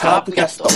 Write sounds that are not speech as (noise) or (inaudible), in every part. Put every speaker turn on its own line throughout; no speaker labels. カープキャスト。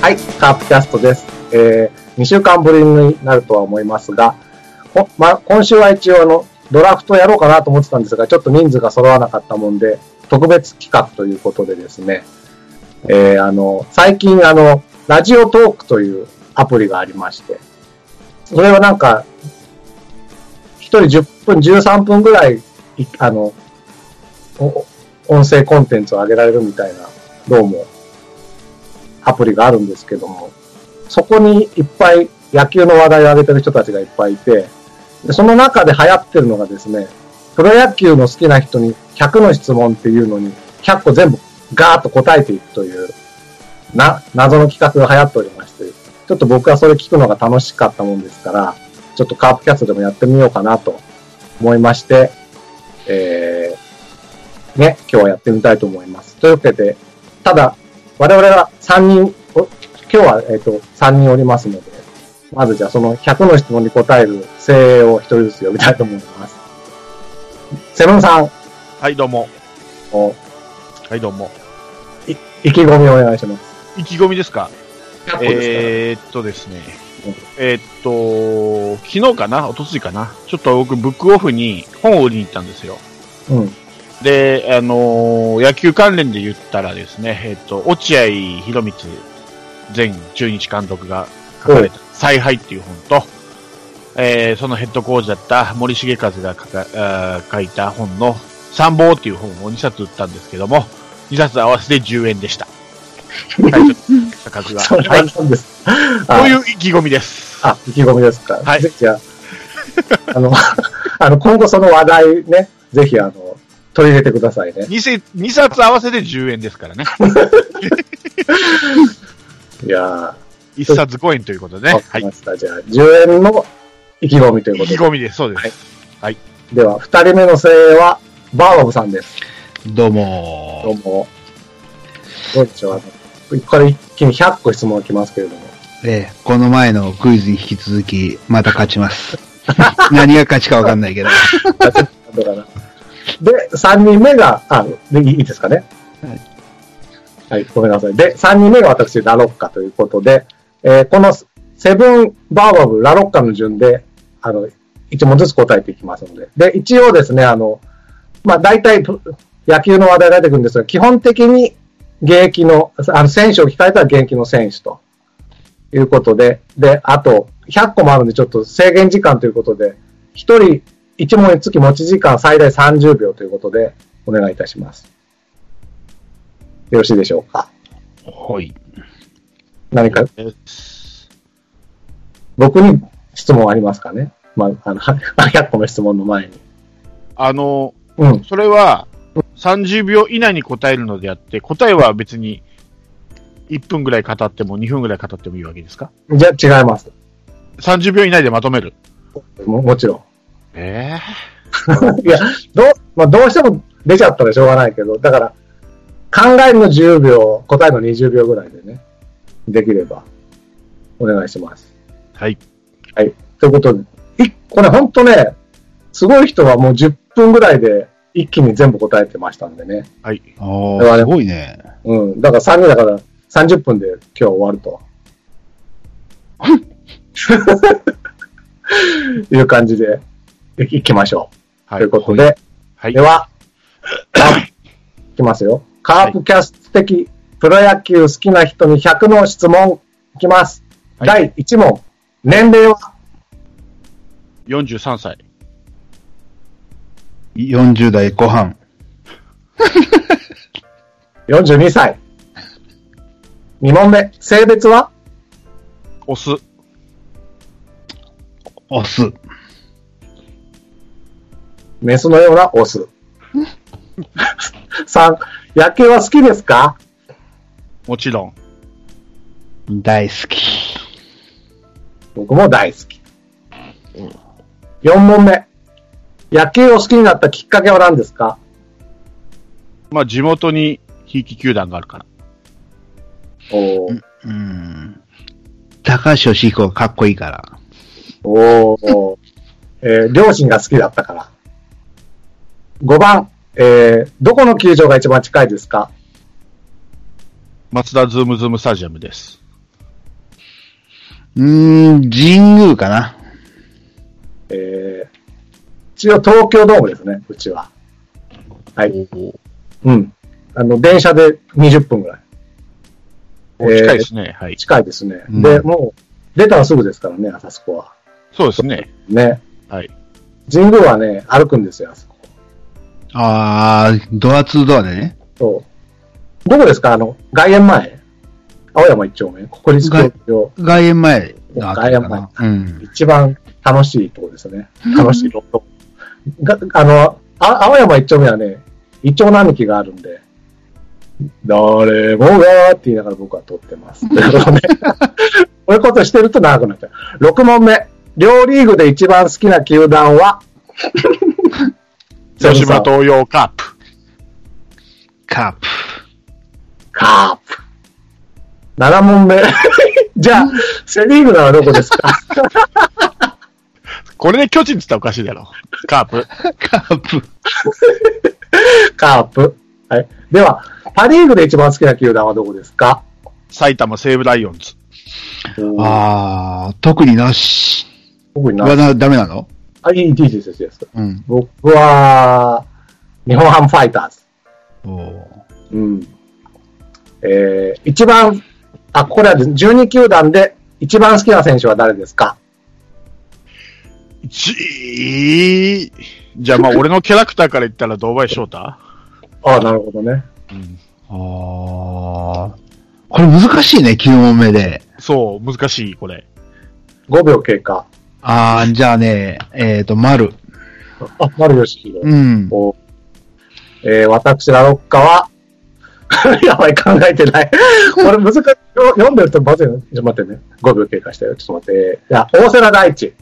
はい、カープキャストです。えー、2週間ぶりになるとは思いますが、こま、今週は一応あの、ドラフトやろうかなと思ってたんですが、ちょっと人数が揃わなかったもんで、特別企画ということでですね、えー、あの、最近あの、ラジオトークというアプリがありまして、それはなんか、1人10分、13分ぐらい、いあの、お音声コンテンツを上げられるみたいな、どうもアプリがあるんですけども、そこにいっぱい野球の話題を上げてる人たちがいっぱいいて、でその中で流行ってるのがですね、プロ野球の好きな人に100の質問っていうのに100個全部ガーッと答えていくという、な、謎の企画が流行っておりまして、ちょっと僕はそれ聞くのが楽しかったもんですから、ちょっとカープキャストでもやってみようかなと思いまして、えー、ね、今日はやってみたいと思います。というわけで、ただ、我々が3人、お今日は、えっ、と、3人おりますので、まずじゃあその100の質問に答える精鋭を一人ずつ呼びたいと思います。セブンさん、
はい、どうも。
お
はい、どうも。
意気込みをお願いします。
意気込みですか
100
えー、っとですね
うん。
えーっと、昨日かな一昨日かなちょっと僕、ブックオフに本を売りに行ったんですよ。
うん。うん。
で、あのー野球関連で言ったらですね、えーっと、落合博光前中日監督が書かれた、采配っていう本と、えーそのヘッドコーチだった森重和が書かあー書いた本の参謀っていう本を2冊売ったんですけども、2冊合わせて10円でした。はい、ちょっと価格が。
それ
は、
はい何ですか、
こうい
あ
う意気込みです。
あ、意気込みですか。
はい
ぜひじゃあ、あの、 (laughs) あの、今後その話題ね、ぜひあの、取り入れてくださいね。
2, 冊二冊合わせて10円ですからね。
いや
1冊5円ということ
ー、
でね
わ。
は
かり
い。
ました。じゃあ、10円の意気込みという
意
こと
気
で。
込みです。そうです。
では、二人目の精鋭は、バーバブさんです。
どう
どう
も、
も。どうでしょうあのこれ一気に100個質問が来ますけれども。
えーこの前のクイズに引き続き、また勝ちます。 (laughs) 何が勝ちかわかんないけ (laughs) ど。
どうかな。で、三人目が、あ、でいいですかね。
はい。
はい、ごめんなさい。で、三人目が私、ラロッカということで、えーこのセブン、バーバブ、ラロッカの順で、あの、一問ずつ答えていきますので。で、一応ですね、あの、まあ、大体、ぷ野球の話題が出てくるんですが、基本的に、現役の、あの、選手を聞かれたら現役の選手ということで、で、あと、100個もあるんで、ちょっと制限時間ということで、一人一問につき持ち時間最大30秒ということで、お願いいたします。よろしいでしょうか
はい。
何か
です
僕に質問ありますかねまあ、あの、100個の (laughs) 質問の前に。
あの、
うん。
それは30秒以内に答えるのであって、答えは別に1分ぐらい語っても2分ぐらい語ってもいいわけですか
じゃあ違います。
?30 秒以内でまとめる。
ももちろん。
え
(laughs) いや、どう、まあ、どうしても出ちゃったらしょうがないけど、だから、考えるの10秒、答えの20秒ぐらいでね、できれば、お願いします。
ー、はい。
はい。ということで、いこれ本当ね、すごい人はもう10分ぐらいで一気に全部答えてましたんでね。
はい。
お
我々
ー、すごいね。
うん。だから3人だから30分で今日は終わる (laughs) と。いう感じで、いいきましょう。
は
ということで、
はい
で。は、いきますよ。カープキャスト的、プロ野球好きな人に100の質問いきます。
は
第
い
1問。年齢は
43歳。
40代後半。
42歳。2問目。性別は
オス。
オス。
メスのようなオ
(laughs)
ス。3、野球は好きですか
もちろん。
大好き。
僕も大好き。4問目。野球を好きになったきっかけは何ですか
まあ、地元にひいき球団があるから。
おー
うん。高橋義彦がかっこいいから。
おーえー両親が好きだったから。5番、えーどこの球場が一番近いですか
松田ズームズームスタジアムです。
うーん、神宮かな。
えー一応東京ドームですね、うちは。はい。うん。あの、電車で20分ぐらい。
お近いですね。はい。
近いですね。
うん
で、もう、出たらすぐですからね、あそこは。
そうですね。
ね。
はい。
神宮はね、歩くんですよ、あそこ。
あー、ドア2ドアでね。
そう。どこですかあの、外苑前青山一丁目国立競技場。
外苑前のあたりか
外苑
な。うん。
一番楽しいとこですね。楽しいロット。があのあ、青山一丁目はね、一丁並木があるんで、誰もがって言いながら僕は撮ってます。ということでこういうことしてると長くなっちゃう。6問目。両リーグで一番好きな球団は
広島東洋カープ。
カープ。 (laughs)
カープ。7問目。 (laughs) じゃあ、セリーグならどこですか (laughs)
これで巨人って言ったらおかしいだろ。カープ。
カープ。
カープ。はい。では、パリーグで一番好きな球団はどこですか
埼玉西武ライオンズ。
あー、特になし。
僕にな
わざダメなの
あ、いい、いいです、いいです。
うん。
僕は、日本ハムファイターズ。
おー
うん。えー、一番、あ、ここでは12球団で一番好きな選手は誰ですか
じーじゃあまあ俺のキャラクターから言ったら堂林翔太
あなるほどね。
あー。これ難しいね、9問目で。
そう、難しい、これ。
5秒経過。
あー、じゃあね、えーと、丸。
あ、丸吉弘。
うん。
おえー、私、ラロッカは、 (laughs) やばい、考えて
(laughs)
ない。これ難しい。読んでるとまずいよね。ちょっと待ってね。5秒経過したよ。ちょっと待って。じゃあ、大瀬良大地。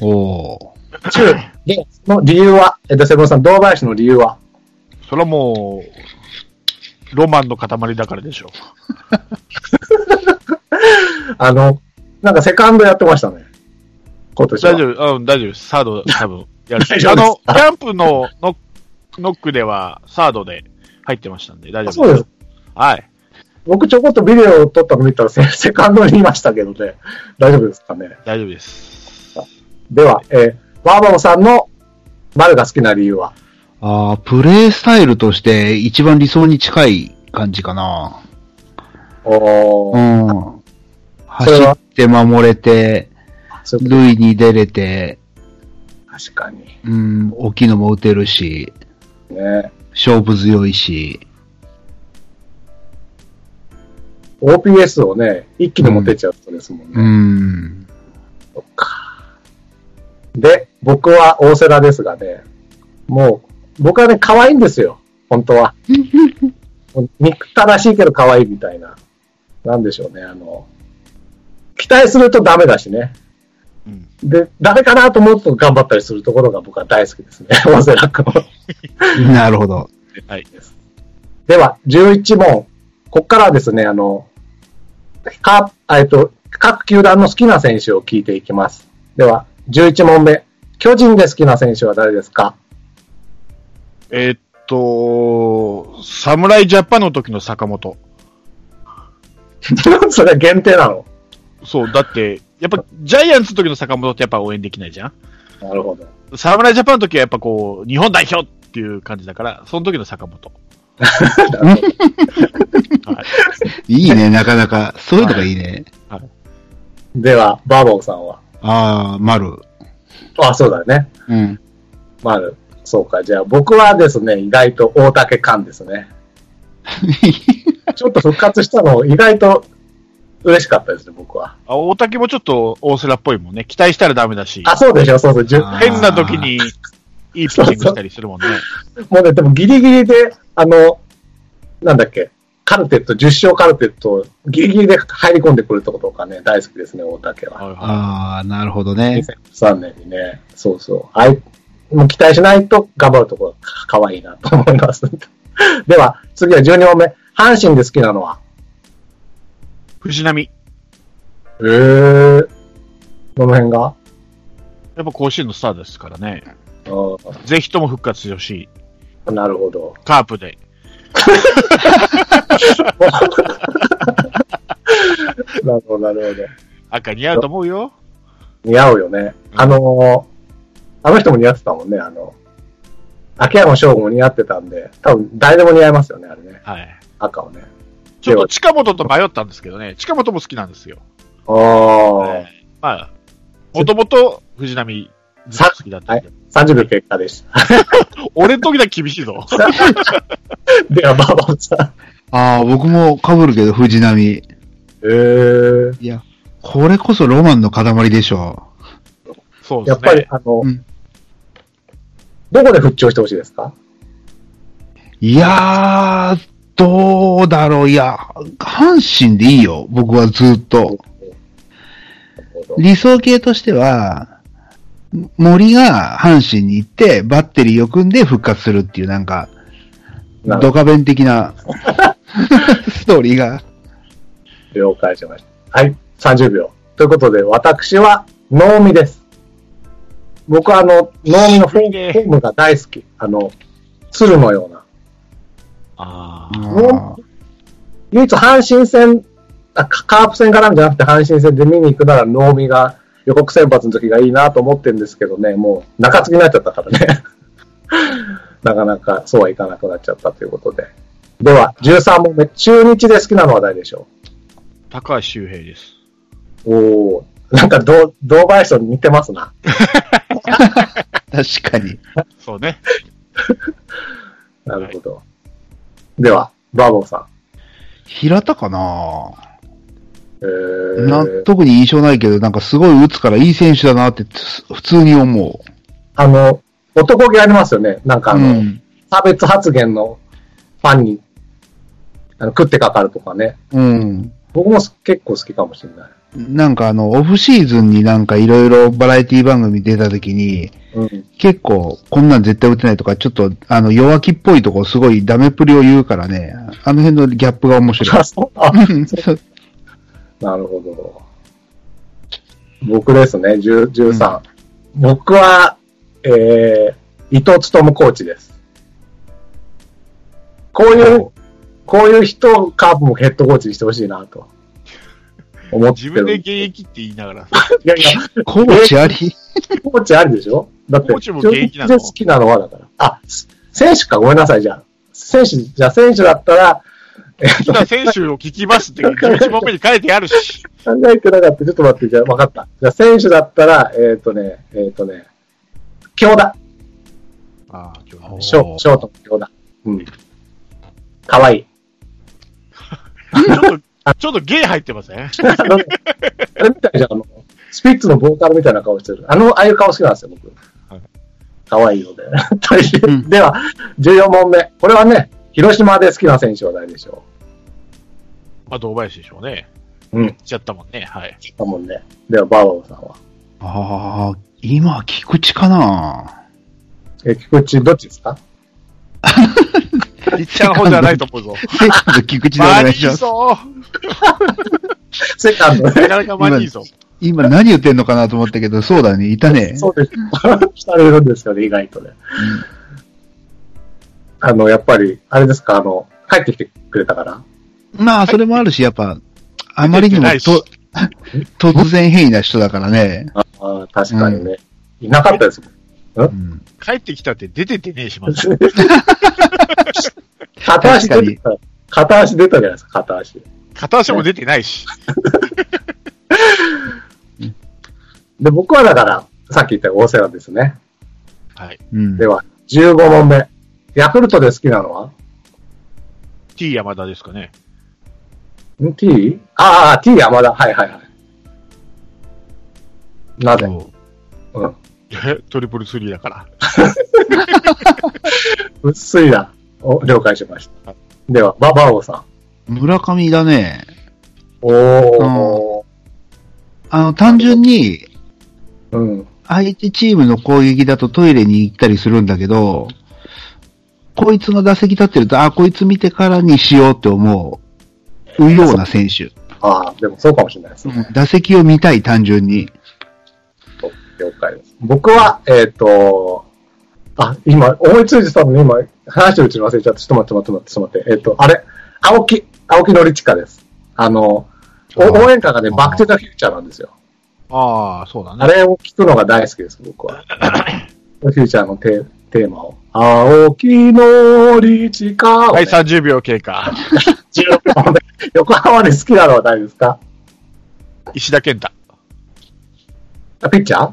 おー。
中。で、その理由は、えっと、セブンさん、堂林の理由は
それはもう、ロマンの塊だからでしょ
あの、なんかセカンドやってましたね。今年は。
大丈夫、うん、大丈夫です。サード、多分、や
(laughs)
る
大
し。
丈夫
あ
です
の、キャンプのノノックでは、サードで入ってましたんで、大丈夫
あそうです。
はい。
僕ちょこっとビデオを撮ったの見たらセ、 (laughs) セカンドにいましたけどね。大丈夫ですかね。
大丈夫です。
では、えー、バーバロさんの丸が好きな理由は
あー、プレイスタイルとして一番理想に近い感じかな。
お
う
ー、
ん。
そ
走
れは
って守れて、
そういうこ
塁に出れて、
と確かに。
うん、大きいのも打てるし、
ね。
勝負強いし、
OPS をね、一気に持ってっちゃう人ですもんね。
うん。
そっか。で、僕は大瀬良ですがね、もう、僕はね、可愛いんですよ、本当は。 (laughs) もう憎たらしいけど可愛いみたいな。なんでしょうね、あの、期待するとダメだしね。
うん
で、誰かなと思うと頑張ったりするところが僕は大好きですね、 (laughs) 大瀬良君は。
なるほど。
はい。
では、11問。ここからはですね、あの、か、えっと、各球団の好きな選手を聞いていきます。では、11問目。巨人で好きな選手は誰ですか (laughs)
えーっと、侍ジャパンの時の坂本。
それは限定なの。
そう、だって、やっぱ、ジャイアンツの時の坂本ってやっぱ応援できないじゃん
なるほど。
侍ジャパンの時はやっぱこう、日本代表っていう感じだから、その時の
(laughs)
坂本。はい。
いいね、なかなか。そういうのがいいね。
では、バーボンさんは
ああ、丸。
あ、そうだね。
(laughs) うん。
まあ、そうか。じゃあ、僕はですね、意外と大竹勘ですね。ちょっと復活したの、意外と嬉しかったですね、僕は。
あ大竹もちょっと大瀬良っぽいもんね。期待したらダメだし。
あ、そうでしょ、そうそう。じゅ
あー
変な時に、いいピッチングしたりするもんね。
もうね、でもギリギリで、あの、なんだっけ、カルテット、10勝カルテット、ギリギリで入り込んでくるとことかね、大好きですね、大竹は。
はいは。
ああ、なるほどね。
2013年にね、そうそう。あいもう期待しないと頑張るところかかわいいなと思います。 (laughs) では、次は12問目。阪神で好きなのはい
藤波。
えー、どの辺が
やっぱ甲子園のスターですからね。
あ
ぜひとも復活してほしい。
ー (laughs) なるほ (laughs) ど。
カープで。
なるほど、なるほど。
赤似合うと思うよ。
似合うよね。あのーあの人も似合ってたもんね、あの、秋山翔吾も似合ってたんで、多分誰でも似合いますよね、あれね。
はい。
赤をね。
ちょっと近本と迷ったんですけどね。近本も好きなんですよ。
あ
は
ー
いまあ、もともと藤波ずっと好きだったんで。
30秒経過で (laughs) した。
俺の時だけ厳しいぞ。
では、バーバンさん。
ああ、僕も被るけど、藤波。
えー、
いや、これこそロマンの塊でしょ
そうで
や
す
っぱり
ね、。
あの、
うん
どこで復調してほしいですか
いやー、どうだろう。いや、阪神でいいよ。僕はずっと。理想形としては、森が阪神に行って、バッテリーを組んで復活するっていう、なんか、
なる
ド
ほど
カベン
(laughs)
的なストーリーが。
了解しました。はい、30秒。ということで、私は、能見です。僕は、あの、能見のフォ
いいね
ーフォームが大好き。あの、鶴のような。
あ
あ
あ。
ー
唯一阪神戦、あカカープ戦からじゃなくて阪神戦で見に行くなら能見が予告先発の時がいいなと思ってるんですけどね、もう中継ぎになっちゃったからね。 (laughs) なかなかそうはいかなくなっちゃったということで。では、13問目。中日で好きなのは誰でしょ
高橋周平です。
うおおなんか同、同林と似てますな。
確かに。
そうね。
(laughs)
なるほど。では、バーボンさ。
平田かなん
えー、
なん特に印象ないけど、なんかすごい打つからいい選手だなってつ普通に思
あの、男気ありますよね。なんか
う。
あ
う
の、
ん。
差別発言のファンにあの食ってかかるとかね。
うん。
僕もす結構好きかもしれない。
なんかあの、オフシーズンになんかいろいろバラエティ番組出た時に、
うん。
結構こんなん絶対打てないとか、ちょっとあの、弱気っぽいとこすごいダメっぷりを言うからね、あの辺のギャップが面白い
あ。
(laughs)
(laughs)
そうあ
うんそう
なるほど。僕ですね、10 13。僕は、えー、伊藤勉コーチです。こういう、こういう人をカープもヘッドコーチにしてほしいなと。思って
自
る。
分で現
い
役って言いながらさ、
やいや、
コーチあり
コーチありでしょだって、
コーチも現役なの
中日で好きなのはだから。あ、す選手か、ごめんなさい、じゃあ。選手、じゃあ選手だったら、え
好
っ
き
と、
な選手を聞きます
(laughs)
って、11問目に書いてあるし、
考えてなかった。ちょっと待って、じゃあ分かった。じゃあ選手だったら、えっ、とね、えっ、とね、京田。
ああ、今日
お
ね
ショ
ー
ショートの京田。うん。かわいい。
ちょっ
(laughs)
と、ちょっとゲー入ってません
あのねあれみたいじゃん、あの、スピッツのボーカルみたいな顔してる。あの、ああいう顔好きなんですよ、僕
はい。
かわいいので。 (laughs) という
うん
では、14問目。これはね、広島で好きな選手は誰でしょう
まあ、堂林でしょうね。
うん
言っちゃったもんね。はい。
だもんね。では、バーバーさんは。
ああ、今、菊池かな
え、菊池、どっちですか
言っちゃう方じゃないと思うぞ。
(laughs) セカンド菊池でお
(laughs) マ
願
ニ
いし
ー
ます。
ソ
セカンド
ーな
ね。
かなかマニーソー。
今何言ってんのかなと思ったけど、そうだね、いたね。
そうです。されるんですよね、意外とね。あの、やっぱり、あれですか、あの、帰ってきてくれたから。
まあ、それもあるし、やっぱ、あまりにも
出て
と突然変異な人だからね。
ああ、確かにね。いなかったですもん。
うん
帰ってきたって出ててねえし、まだ。
片足出た。片足出たじゃないですか、片足。
片足も出てないし。
で、僕はだから、さっき言った大世話ですね。
はい。
うん
では、15問目。ヤクルトで好きなのは
T 山田ですかね。
ん ?T? ああ、T 山田。はいはいはい。なぜ
そう
うん。
トリプルスリーだから。
薄いな。お、了解しました。では、ババオさん。
村上だね。
おー。
あの、単純に、
うん。
相手チームの攻撃だとトイレに行ったりするんだけど、こいつの打席立ってると、あ、こいつ見てからにしようって思うような選手。
ああ、でもそうかもしれないですね。
うん打席を見たい、単純に。
了解です。僕は、えっ、と、あ、今、思いついてたのに今、話してるうちに忘れちゃった。ちょっと待って、ちょっと待って、ちょっと待って。えっ、と、あれ、青木、青木のりちかです。あの、お
あー
応援歌がね、バックテザフューチャーなんですよ。
ああ、そうだ
あ
ね。
れを聞くのが大好きです、僕は。フューチャーのテテーマを。青木のりちかを
は
ね、
い、30秒経過。
16本目横浜で好きなのは誰ですか
石田健太。
あピッチャー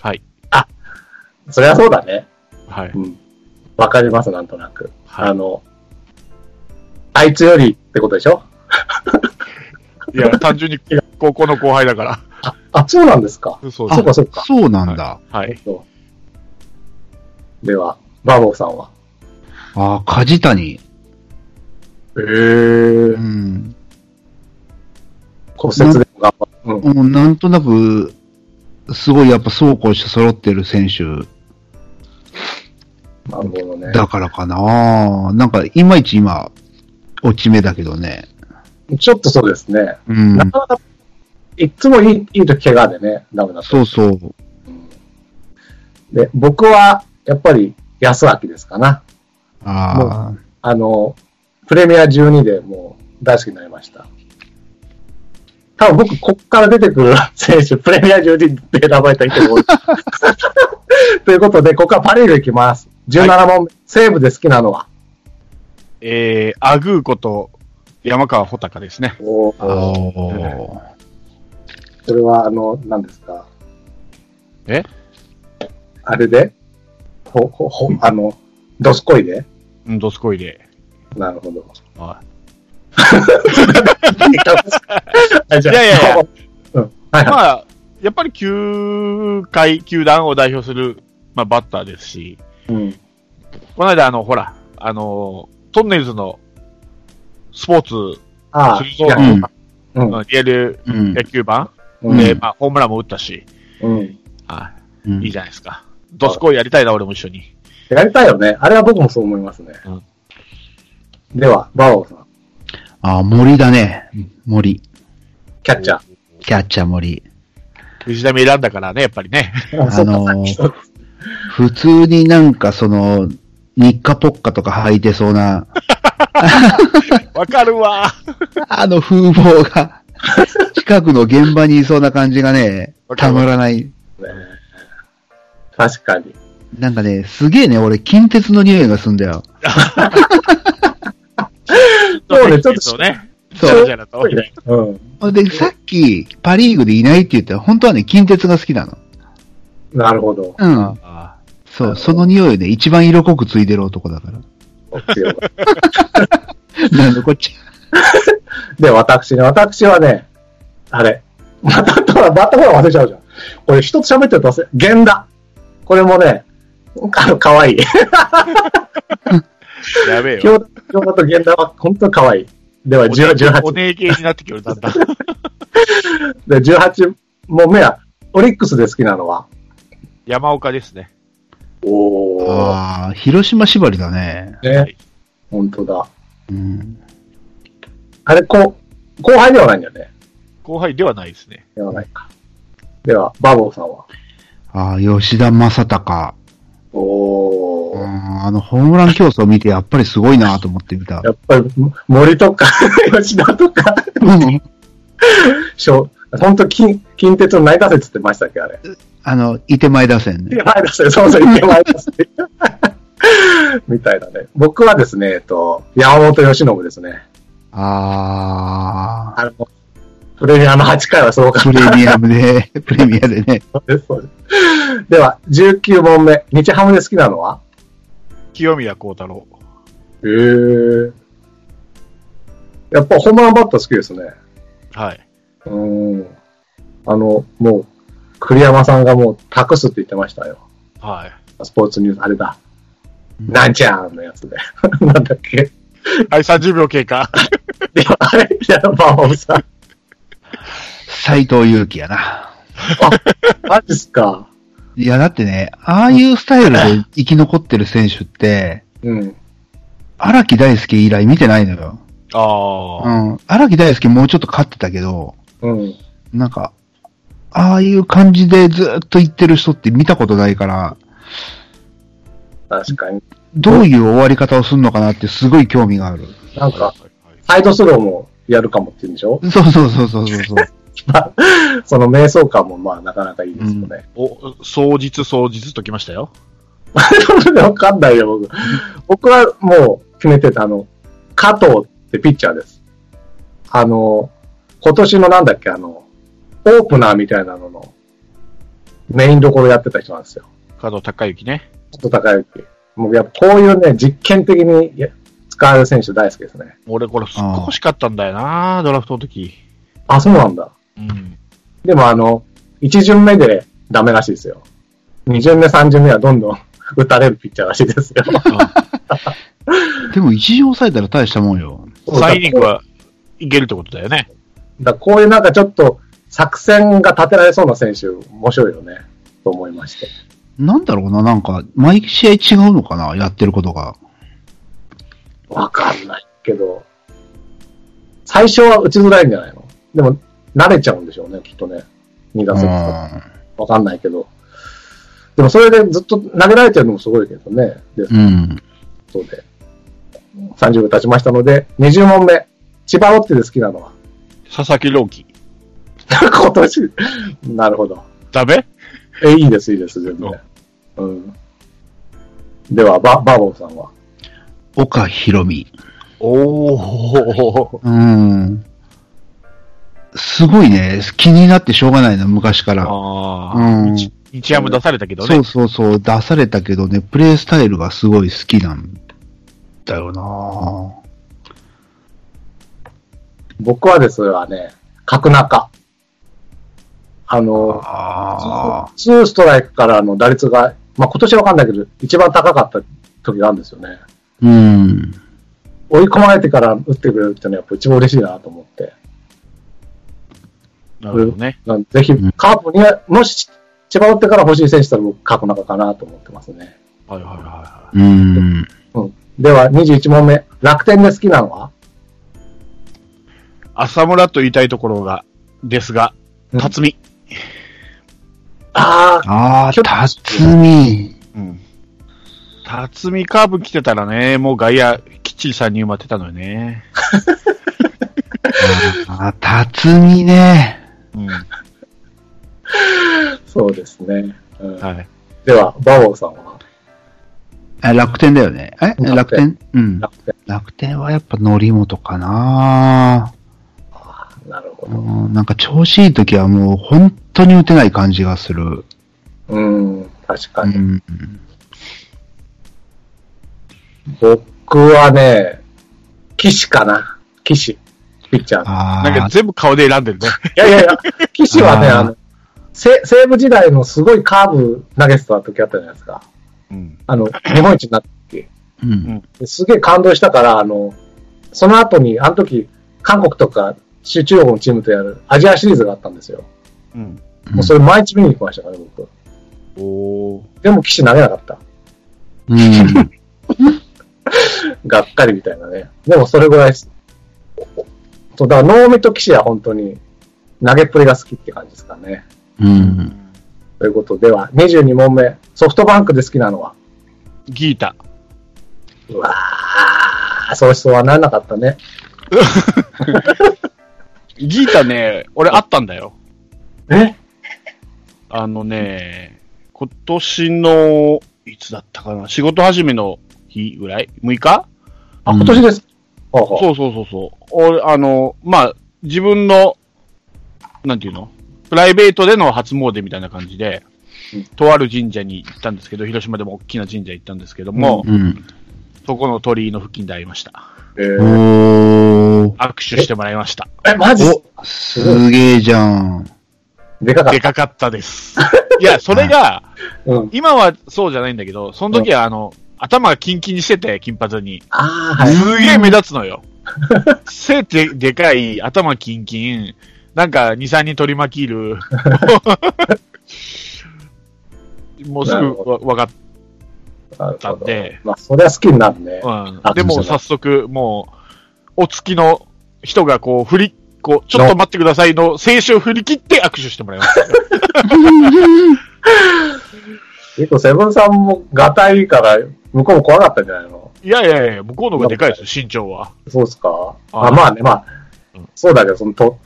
はい。
そりゃそうだね。
はい。
うん。わかります、なんとなく。
はい
あの、あいつよりってことでしょ
いや、単純に高校の後輩だか
あ、そうなんですか。
ら。 (laughs) そう
あ、そう
で
か、
す。
そうか。
そうなんだ。
はい。
では、バーボーさんは。
ああ、梶谷。
ええ
う
ー。
ん。
骨折でも頑張る。うん。
もうなんとなく、すごいやっぱ走行して揃ってる選手
なるほどね。
だからかな。なんか、いまいち今、落ち目だけどね。
ちょっとそうですね。
うん
な。かなか、いっつもいい、いい時怪我でね、ダメだと。
そうそう。
で、僕は、やっぱり、安明ですかな。
ああ。
あの、プレミア12でもう大好きになりました。多分僕、こっから出てくる (laughs) 選手、プレミア12で選ばれた人が多い。 (laughs) ということで、ここからパ・リーグ行きます。17問目、西武で好きなのは
えー、アグーこと山川穂高ですね。
お
お
ー
ー
それは、あの、何ですか
え
あれでほ、ほ、ほ、あの、どすこいで
うん、どすこいで。
なるほ
(laughs)
ど。
は
あじゃあ
いやいやいや
うん。はい
い
は
まあ、やっぱり球界、球団を代表する、まあ、バッターですし、
い。うん。
この間、あの、ほら、あの、トンネルズのスポーツ、
ああ、
するぞ
うん
うん。
うんリアル
うん
野球版、
うん
で、まあ、ホームランも打ったし、
うん。
あ
うん
いいじゃないですか。ドスコイやりたいな、俺も一緒に。
やりたいよね。あれは僕もそう思いますね。
うん
では、バオさん、
ああ、森だね。森。
キャッチャ
キャッチャー森。
藤浪選んだからね、やっぱり (laughs) ね。
ー。
あのー
そうか
普通になんかその、日課ポッカとか履いてそうな、
わかるわ。
あの風貌が、近くの現場にいそうな感じがね、たまらない。
確かに。
なんかね、すげえね、俺、近鉄の匂いがすんだよ。
そうねちょっと
(laughs) そうね。
そう
そうじゃなと。
うん。
で、さっき、パリーグでいないって言ったら、本当はね、近鉄が好きなの。
なるほど。
うん。
あー
そう、その匂いね、一番色濃くついてる男だから。
強い
(laughs) なんでこっち。
で、私ね、私はね、あれ、また、またほら忘れちゃうじゃん。これ一つ喋ってると忘れ、源田。これもね、あの、可愛い。
やべえよ。
京田京田と源田は本当に可愛い。では、
おね
18
おねえ系になってきよる、だん (laughs) だん。
で18問目は、オリックスで好きなのは
山岡ですね。
おー。
ああ、広島縛りだね。
ね、本当だ。
うん。
あれ、こう、後輩ではないんだよね。
後輩ではないですね。
ではないか。では、バボーさんは
ああ、吉田正尚。
お
うん、あの、ホームラン競争見て、やっぱりすごいなと思ってみた
や。っぱり、森とか、 (laughs) 吉田とか、
うん
しょ本当近、近鉄の内打線って言ってましたっけ、あれ。
あの、いて前打線ね。
前出せ、そうそう、一点前出せ。 (laughs) みたいなね。僕はですね、えっと、山本由伸ですね。
ああ、
あの、プレミアの8回はすごかっ
プレミアム (laughs) で、プレミアでね。
たです。そうですでは、19問目。日ハムで好きなのは
清宮幸太郎。
へえ。やっぱホームランバッター好きですね。
はい。
うん。あの、もう、栗山さんがもう託すって言ってましたよ。
はい。
スポーツニュース、あれだ。 (laughs) なんちゃーのやつで。なんだっけ。
はい、30秒経過。
いや、あれいや、バーオブさん。
斎藤祐樹やな。
マジっすか。
いや、だってね、ああいうスタイルで生き残ってる選手って、
うん。
荒木大輔以来見てないのよ。う
ああ。
ん。荒木大輔もうちょっと勝ってたけど、
うん。
なんか、ああいう感じでずーっと言ってる人って見たことないから、
確かに。
どういう終わり方をするのかなってすごい興味がある。
なんか、
はいはい
サイドスローもやるかもって言うんでしょ (laughs)
そうそうそうそうそう (laughs) そう。
その瞑想感もまあなかなかいいですよね。
お、総日総日ときましたよ。
(laughs) わかんないよ、僕。僕はもう決めてた、あの、加藤ってピッチャーです。あの、今年のなんだっけ、あの、オープナーみたいなののメインどころやってた人なんですよ。
加藤隆之ね。
ちょっと高い時もうやっぱこういうね、実験的にや使える選手大好きですね。
俺これすっごい欲しかったんだよな、ドラフトの時。
あ、そうなんだ。
うん。
でもあの、1巡目でダメらしいですよ。2巡目、3巡目はどんどん (laughs) 打たれるピッチャーらしいですよ。
でも一時抑えたら大したもんよ。
3イニングはいけるってことだよね。
だからこういうなんかちょっと作戦が立てられそうな選手、面白いよね、と思いまして。
なんだろうな、なんか、毎試合違うのかな、やってることが。
わかんないけど、最初は打ちづらいんじゃないのでも、慣れちゃうんでしょうね、きっとね。2打席とか。わかんないけど。でもそれでずっと投げられてるのもすごいけどね。で、
うん。うん。
そうで。30分経ちましたので、20問目。千葉ロッテで好きなのは (laughs)
佐々木朗希。
今年。なるほど。
ダメ
え、いいです、いいです、全然。うん。では、ババーボンさんは
岡博美。
おお。
うん。すごいね、気になってしょうがないの、昔から。
ああ。
うん。
日ハム出されたけど
そ
ね
う。そうそう、出されたけどね、プレイスタイルがすごい好きなんだよな
僕はですがね、角中。あの、
ああ。
ツーストライクからの打率が、まあ、今年はわかんないけど、一番高かった時があるんですよね。
うん。
追い込まれてから打ってくれるってのはやっぱ一番嬉しいなと思って。
なるほどね。
なんでぜひ
うん、
カープには、もし、千葉打ってから欲しい選手とら僕、過去中かなと思ってますね。
はいはいはいは。
うん。
では、21問目。楽天で好きなのはい
浅村と言いたいところが、ですが、
うん
辰巳。
ああ、
ああ、
ちょっと
辰巳。
うん。辰巳カーブ来てたらね、もう外野、きっちり3人埋まってたのよね。
ああ、辰巳ね。
うん。は
そうですね。うん
い。
では、バオさんは
あ楽天だよね。え
楽
楽
天
天うん。
楽天。
楽天はやっぱ則本かな
なるほ
う
ど。
んなんか調子いい時はもう本当に打てない感じがする。
うん、確か
う
に。
ん。
僕はね、岸かな。岸。ピッチャーの。
あ
なんか
あ、
全部顔で選んでるね。
いやいやいや、岸はね、
あー
あの、せ西武時代のすごいカーブ投げてた時あったじゃないですか。
うん。
あの、日本一になって。
うん。
すげえ感動したから、あの、その後に、あの時、韓国とか中中国のチームとやるアジアシリーズがあったんですよ。
うん。
もうそれ毎日見に行きましたから、僕。
おお。
でも、騎手投げなかった。
うん。
がっかりみたいなね。でも、それぐらいです。そう、だから、能見と騎手は本当に投げっぷりが好きって感じですかね。
うん。
ということでは、22問目、ソフトバンクで好きなのは
ギータ。
うわー、そうしそうはならなかったね。
ギータね、俺あったんだよ。
え
あのね、今年の、いつだったかな、仕事始めの日ぐらい ?6 日
あ、今年です。ほうほう
そうそうそうそう。俺、あの、まあ、自分の、なんていうのプライベートでの初詣みたいな感じで
うん、
とある神社に行ったんですけど、広島でも大きな神社行ったんですけども、
うん。
そこの鳥居の付近で会いました。
えー
おー。
握手してもらいました。
え、マジ
お、すげえじゃん。
でかかっ
で
た。
かかった (laughs) です。いや、それが、
うん。
今はそうじゃないんだけど、その時はあの、頭がキンキンにしてて、金髪に。
あー、はい。
すげえ目立つのよ。背ででかい、頭キンキン、なんか2、3人取り巻き
(laughs)
いる。もうすぐわ分かっ
なる
た
ほ
ん
ど。
で、
まあ、そりゃ好きになるね。
うん
あ、
で
そ
も
うじゃな
早
い
速、もう、お付きの人がこう、振り、こう、ちょっと待ってくださいの静止を振り切って握手してもらい
(laughs)
ました。
結構セブンさんもがたいから、向こうも怖かったんじゃないの
いやいやいや、向こうの方がでかいですよ、身長は。
そうっすか
あ
あまあね、まあ、
うん
そうだけど、そのと、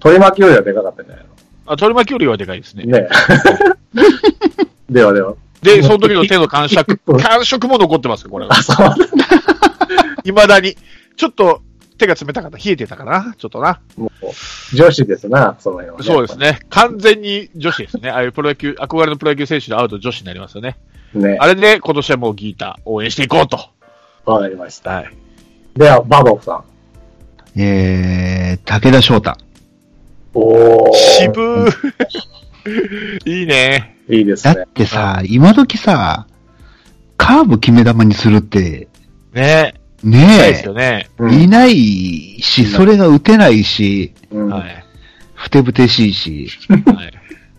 取り巻きよりはでかかったんじゃない
あ、取り巻きよりはでかいですね。 (laughs)
のねえ。ではでは。
で、その時の手の感触、
(laughs)
感触も残ってますよ、これは。
あ、そう
未だに。ちょっと、手が冷たかった。冷えてたかなちょっとな。
もう、女子ですな、その辺は、ね。
そうです。ね。完全に女子ですね。ああいうプロ野球、憧れのプロ野球選手の会うと女子になりますよね。
ね
あ。れで、今年はもうギータ応援していこうと。
わかりました。
はい。
では、バボフさん。
えー、武田翔太。
おー。
渋ー (laughs) いいね。
いいです
だ
ね
っ。てさ、今時さ、カーブ決め球にするって、
ねえ。いいで
ね
すよね。
え、
うん
いないし、それが打てないし、
うん
はい。
ふてぶてしいし、
はい。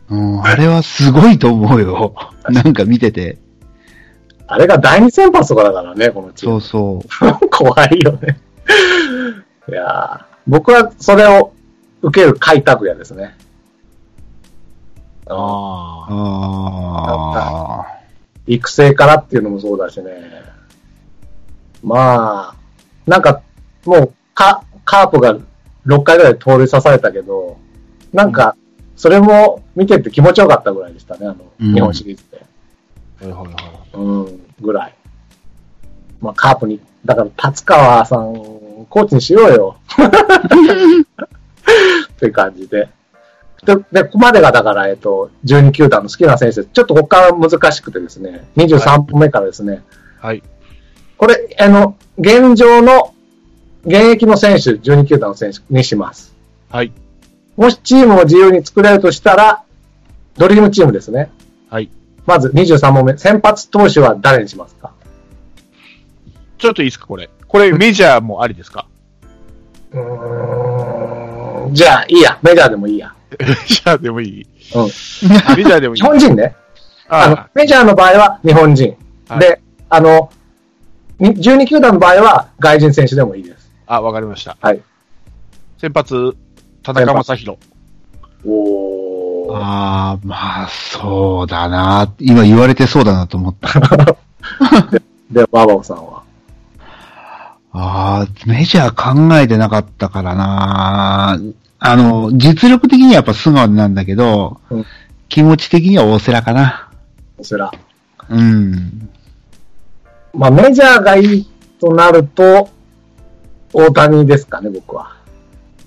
うん、あれはすごいと思うよ。なんか見てて。
あれが第二先発とかだからね、このチーム
そう。そ
(laughs)
う。
怖いよね。いやー僕はそれを受ける開拓也ですね。
ああ。
ああ。
育成からっていうのもそうだしね。まあ、なんか、もう、カカープが6回ぐらい盗塁刺されたけど、なんか、それも見てて気持ちよかったぐらいでしたね、あの、
うん
日本シリーズで。
はいはいは
うん、ぐらい。まあ、カープに、だから、達川さん、コーチにしようよ。っていう感じで。で、でここまでが、だから、えっと、12球団の好きな選手ですちょっとここから難しくてですね、23本目からですね、
い。はい。
これ、あの、現状の、現役の選手、12球団の選手にします。
はい。
もしチームを自由に作れるとしたら、ドリームチームですね。
はい。
まず23問目、先発投手は誰にしますか
ちょっといいですか、これ。これ、メジャーもあり (laughs) ですか
うーんじゃあ、いいや。メジャーでもいいや。
メジャーでもいい。
うん
メジャーでもいい
日。本人ね。あの
あ
メジャーの場合は日本人。
はい
で、あの、に12球団の場合は外人選手でもいいです。
あ、わかりました。
はい。
先発、田中将大。
おー。
(laughs) ああ、まあ、そうだな。今言われてそうだなと思った。
で、バーバオさんは。
ああ、メジャー考えてなかったからな。あの、実力的にはやっぱ素顔なんだけど、
うん
気持ち的には大瀬良かな。
こちら。
うん。
まあ、メジャーがいいとなると、大谷ですかね、僕は。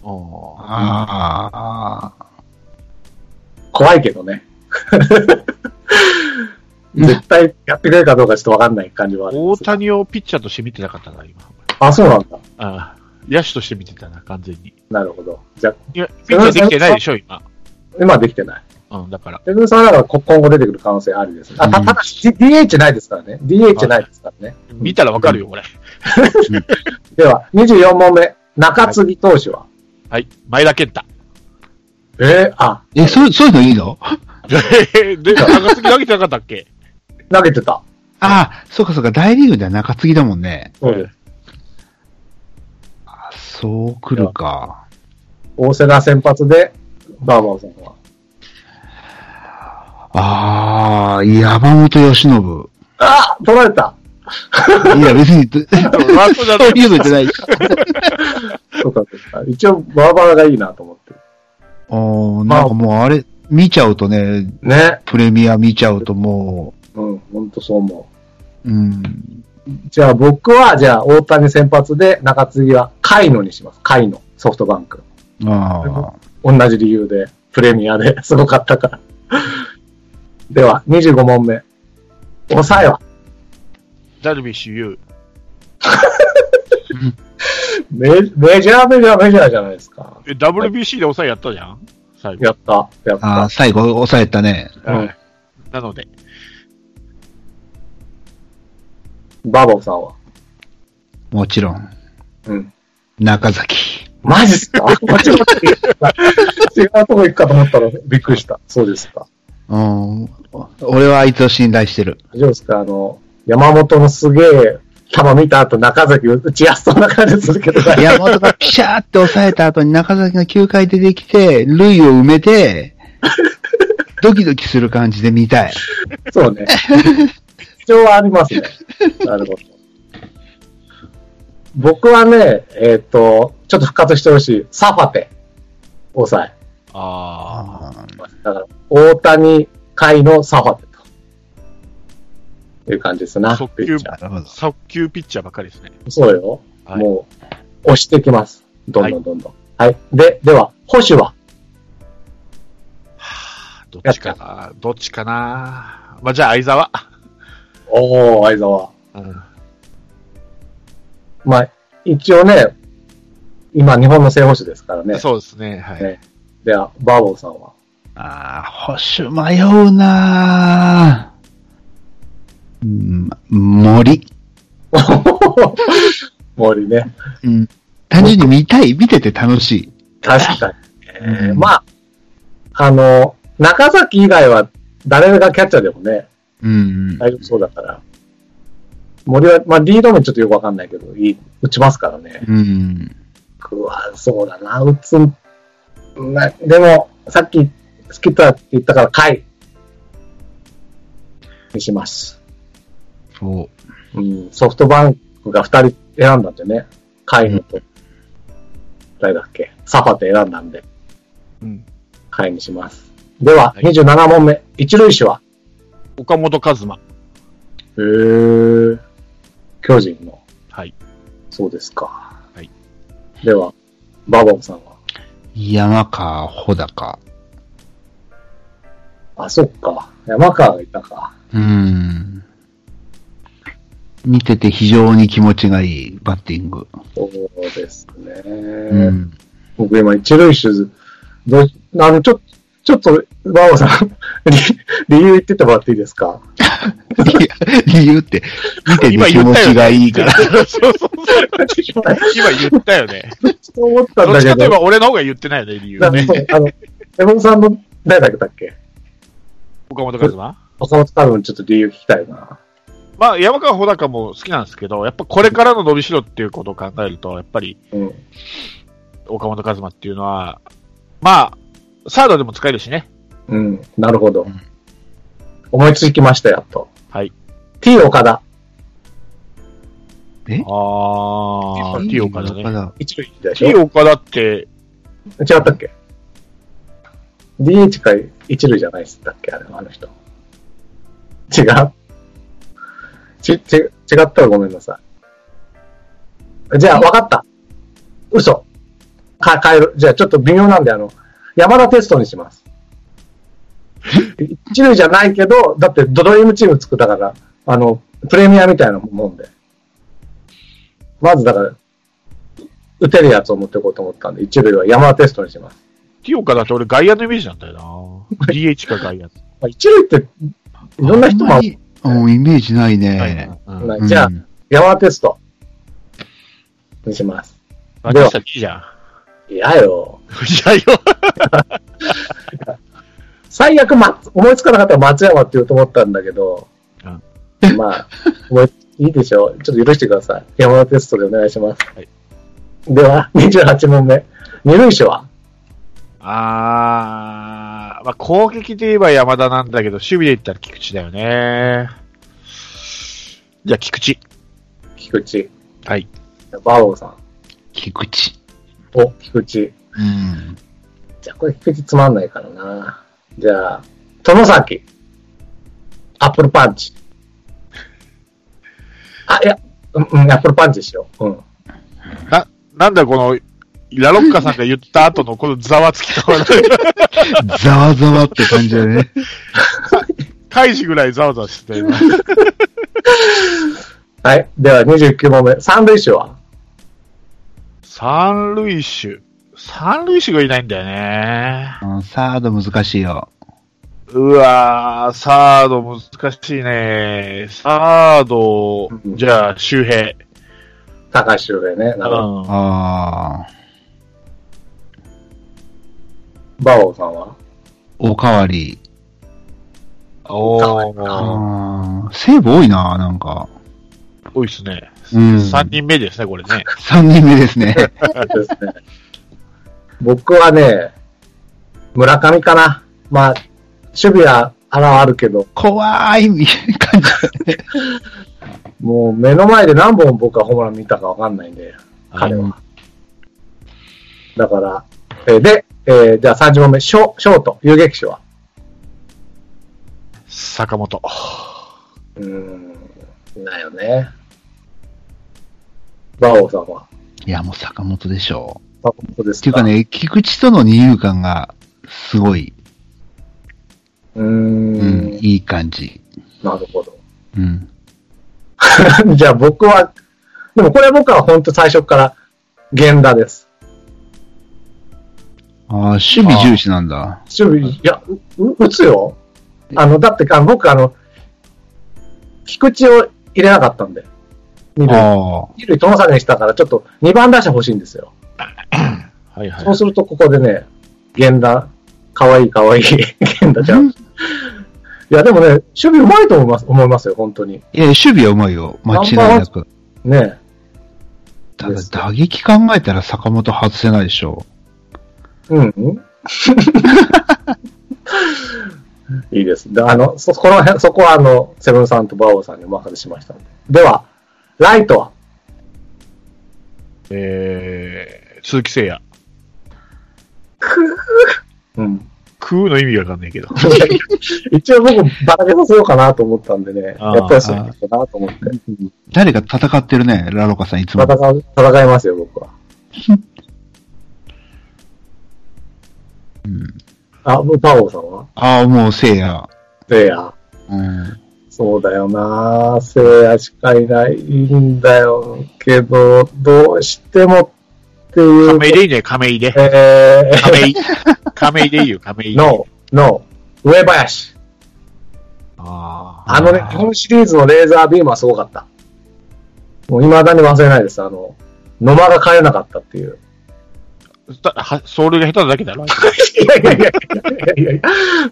あ
ああ、
怖いけどね。絶対やってくれるかどうかちょっとわかんない感じはあ
あ
る。
大谷をピッチャーとして見てなかったな、今。
あ、そうなんだ。
ああ野手として見てたな、完全に。
なるほど。じゃあ、
いや、ピッチャーできてないでしょ、今。
今できてない。
うん、だから。
セブンさんはだからこ今後出てくる可能性ありですね。あ、た、
うん
ただし、DH ないですからね。DH ないですからね。
見たらわかるよ、これ。
では、24問目。中継ぎ投手は、
はい。前田健太。
えーあ、
え、そう、そういうのいいのあ
(laughs) で、中継ぎ投げてなかったっけ
投げてた。
あ、そうかそうか、大リーグでは中継ぎだもんね。
うん。
あそう来るか。
大瀬良先発で、バーバーさんは。
ああ、山本由伸。
あ取られた
いや、別に、
ワークだ
そう
ね。
いうのじゃないし。
そうかそうか。一応、バーバーがいいなと思って。
おーなんかもうあれ、見ちゃうとね、
ね。
プレミア見ちゃうとも
うん、ほんとそう思う。
う、うん。
じゃあ、僕は、じゃあ、大谷先発で、中継ぎは、カイノにします。カイノ、ソフトバンク。
ああ。
同じ理由で、プレミアで (laughs) すごかったから。では、25問目。抑えは、
ダルビッシュ有。
メメジャーメジャーメジャーじゃないですか。
え WBC で抑えやったじゃん最後。
やった、やっ
ああ、
た。
最後抑えたね。
うん
はいなので、
バーボンさんは。
もちろん。
うん。
中崎。
マジっすか (laughs) 違うとこ行くかと思ったらびっくりした。そうですか。
うん。俺はあいつを信頼 (laughs) してる。
大丈夫ですかあの、山本のすげえ球見た後、中崎打ちやすそうな感じするけど、
山本がピシャーって抑えた後に中崎が9回出てきて、塁を埋
(laughs)
めて、ドキドキする感じで見たい。
そう
(laughs)
ね。必要はありますね。なるほど。僕はね、えっ、と、ちょっと復活してほしい。サファテ。抑え。
あ
あ
だから、大谷会のサファテと。いう感じですな。
速球
ピッチャ
あ、なるほど
あ、。速球ピッチャーばっかりですね。
ーそうよ。
はい
もう、押してきます。どんどんどんどん。はい。で、では、保守は
どっちかなどっちかなまあ、じゃあ、相沢。
おお相沢。
うん。
まあ、一応ね、今、日本の正捕手ですからね。
そうですね、はい。
ねでは、バーボンさんは。
ああ、保守迷うなぁ。うん森。
(laughs) 森ね。
うん。単純に見たい、見てて楽しい。
確かに。えー
うん
まあ、あの、中崎以外は誰がキャッチャーでもね、
うん。
大丈夫そうだから。森は、まあ、リード面ちょっとよくわかんないけど、いい、打ちますからね。
うん。
うわ、そうだな、打つん、な、でも、さっき、好きだって言ったから、回にします。
そう。
うん、ソフトバンクが2人選んだんでね。カイムと、誰だっけ、サファテ選んだんで、
うん、
カイにします。では、
はい
27問目、一塁手は
岡本和真。
へー、巨人の。
はい。
そうですか。
はい。
では、バーボンさんは
山か、穂高。
あ、そっか。山川がいたか。
うん。見てて非常に気持ちがいいバッティング。
そうですね。
うん。 (laughs)
僕今、一塁手、どうしあの、ちょ、ちょっと、バーボンさん、 (laughs) 理理由言っててもらっていいです
(laughs)
か
理由って、見てて
今
気
言
持
ったよね
ちがいいから。
そうそうそう。今言ったよね。
そう思ったん
どっ
だ
ち
け
かといえ
ど、
ば俺の方が言ってないよね、理由
な
は
ん
ね
か。そうあの、エモンさんの、誰だったっけ
岡本和真。
岡本太郎にちょっと理由聞きたいな。
まあ、山川穂高も好きなんですけど、やっぱこれからの伸びしろっていうことを考えると、やっぱり
うん。
岡本和真っていうのは、まあ、サードでも使えるしね。
うん。なるほど
ん。
思いつきました、やっと。
はい。
T 岡田。
あー、T 岡田ね。
一塁でしょ
T 岡田って、
違ったっけ ?DH か一塁じゃないっすだっけあれあの人。違う。ち、ち、違ったらごめんなさい。じゃあ、わかった。嘘。か、変える。じゃあ、ちょっと微妙なんで、あの、山田テストにします。 (laughs) 一塁じゃないけど、だってドドリームチーム作ったから、あの、プレミアみたいなもんで。まずだから、打てるやつを持っていこうと思ったんで、一塁は山田テストにします。
T 岡田って俺外野のイメージなんだよな。DH か外野。
まあ、一塁って、いろんな人も
あ、んまりうんイメージないね。
うん
な
うん
いじゃあ、山田テストにします。
私たちいいじゃん。 (laughs)
いやよ。
いやよ。
最悪、ま、思いつかなかったら松山って言うと思ったんだけど、まあ、もういいでしょう。ちょっと許してください。山田テストでお願いします。
はい
では、28問目。二塁手は
あー、まあ、攻撃で言えば山田なんだけど、守備で言ったら菊池だよね。じゃあ、菊池。
菊池。
はい。
バオさん。
菊池。
お、菊池。
うん。
じゃあ、これ菊池つまんないからな。じゃあ、殿崎。アップルパンチ。あ、いや、うん、うんアップルパンチしよう。うん。
な、なんだこの、ラロッカさんが言った後のこのざわつき (laughs) 方。
ざわざわって感じ
(laughs)
だね。
カイジぐらいざわざわしてたよ。
はい。では、29問目。三塁手は
三塁手。三塁手がいないんだよね。
うんサード難しいよ。
うわー、サード難しいね。サード
う、ん
じゃあ、周平。
高橋上ね。なるほど。
うん
ああ、
バオさん
(laughs)
は
おかわり。
おー、
ああ、セーブ多いな、なんか。
多いですね。
うん。
3人目ですね、これね。
三人目で
(laughs)
すね。
ですね。僕はね、村上かな。まあ、守備はあらあるけど、
怖いみたいな感じ。
もう目の前で何本僕はホームラン見たかわかんないんで、彼は。だから、えーで、えーじゃあ30問目、ショショート、遊撃手は。
坂本。
うーん、だよね。バオさんは。
いや、もう坂本でしょう。
あ本当で
っ
す
ていうか。ね、菊池との二遊間が、すごい、
うー
うん、
ん、
いい感じ。
なるほど。 (laughs)
うん。
じゃあ僕は、でもこれ僕は本当最初から、源田です。
ああ、守備重視なんだ。
守備、いや、うう打つよ。あの、だって、あの僕、あの、菊池を入れなかったんで、二塁。
あ
二塁友坂にしたから、ちょっと2番打者欲しいんですよ。
はいは
そう
い。
すると、ここでね、源田、かわいいかわいい、 (laughs) 源田
あ。
ちゃん。いや、でもね、守備うまいと思います思いますよ、本当に。
いや、守備はうまいよ。間違いなく。
ね
ただ、打撃考えたら坂本外せないでしょ。
うんうん。 (laughs) いいです。であの、そ、この辺、そこはあの、セブンさんとバオさんにお任せしましたんで。では、ライトは
えー、鈴木誠也。
うん。
空の意味わかんないけど。
(laughs) 一応僕、ばらけさせようかなと思ったんでね、
あー
やっぱりそうなんだなと思って。
誰か戦ってるね、ラロカさんいつも。
戦う、戦いますよ、僕は。
(laughs) うん、
あ、もうバオさんは
ああ、もうせいや。
せいや。
うん。
そうだよなせいやしかいないんだよけど、どうしてもっていう。
亀井でいいね、亀井で。
えー、
亀 (laughs) 井。亀井でいいよ、亀井。
ノー、ノー、上林。
あー
あのね、日本シリーズのレーザービームはすごかった。もう未だに忘れないです。あの、野間が帰れなかったっていう。
だは走塁が下手なだけ (laughs) だろ。
いやいやいやいやいやいや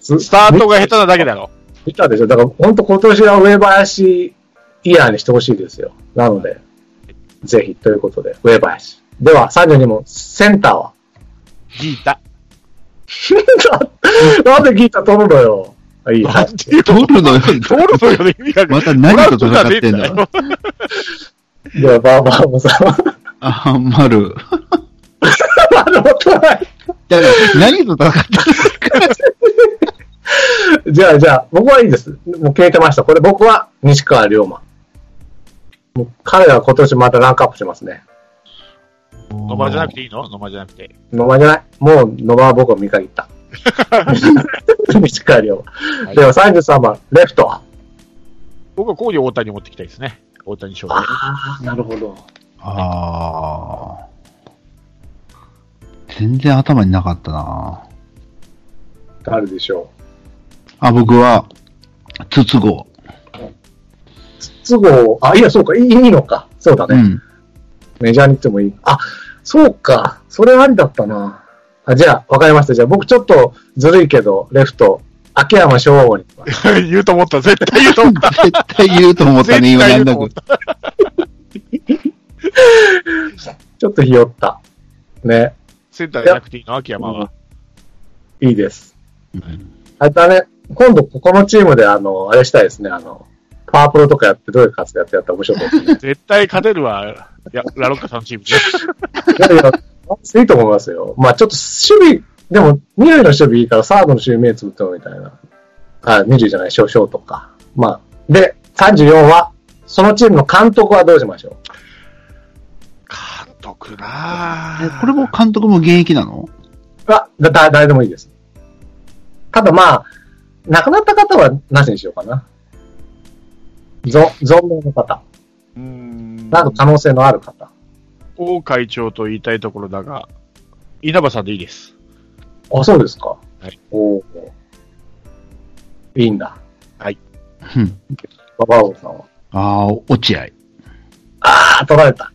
す
スタートが下手なだけだろ。
見たでしょ。だから本当今年は上林イヤーにしてほしいですよ。なので、ぜひということで、上林。では、32問、センターは
ギータ。
なんでギータ取るのよ。あいいよ
なんていう
取るのよ。
通るのよね、意味が。
また何と戦ってん
(laughs)
だ
ト
ろ
ラ
う
では、
ウトじゃね
バーバーもさん。 (laughs)
ああ、丸。 (laughs)
あの、取らない。
だから、何と戦って
じゃあ、じゃあ、僕はいいです。もう消えてました。これ僕は西川龍馬。もう彼は今年またランクアップしますね。
えの野間じゃなくていいの野間じゃなくて。
野間じゃないもう野間は僕を見限った。西川龍馬。
い
では33番、レフトは。
僕はここに大谷持ってきたいですね。大谷翔平。
ああ、なるほど。
ああ。全然頭になかったな。
誰でしょ
あ、僕は、筒子。
う。都合、あ、いや、そうか、いいいいのか。そうだ
う
ね。
ん。
メジャーに行ってもいい。あ、そうか。それありだったな。あじゃあ、わかりました。じゃあ、僕ちょっとずるいけど、レフト、秋山翔吾に。
(laughs) 言うと思った。絶対言うと思った。
絶対言うと思った
絶
ね、今
対言
なん
うと
だ
思っ。た。
く
ちょっとひよった。ね。
センターじゃなくていいの秋山は。
いいです。
うん
あれだね、今度ここのチームで、あの、あれしたいですね、あの、パワープロとかやってどういう活動やってやったら面白いと思う。
絶対勝てるわ。いや、ラロッカさんチームね。
いやいや、いいと思いますよ。まあちょっと守備、でも、二塁の守備いいからサードの守備目つぶってもみたいな。あ、二塁じゃない、少々とか。まあで、34は、そのチームの監督はどうしましょ
監督な
え
ぁ
これも監督も現役なの
うあ、だ、だ、誰でもいいです。ただまあ、亡くなった方はなしにしようかな。ぞ、存命の方。
うーん。
など可能性のある方。
王会長と言いたいところだが、稲葉さんでいいです。
あ、そうですか。
はい。
おーいいんだ。
うん
ババオさんは。
ああ、落合。
あー、取られた。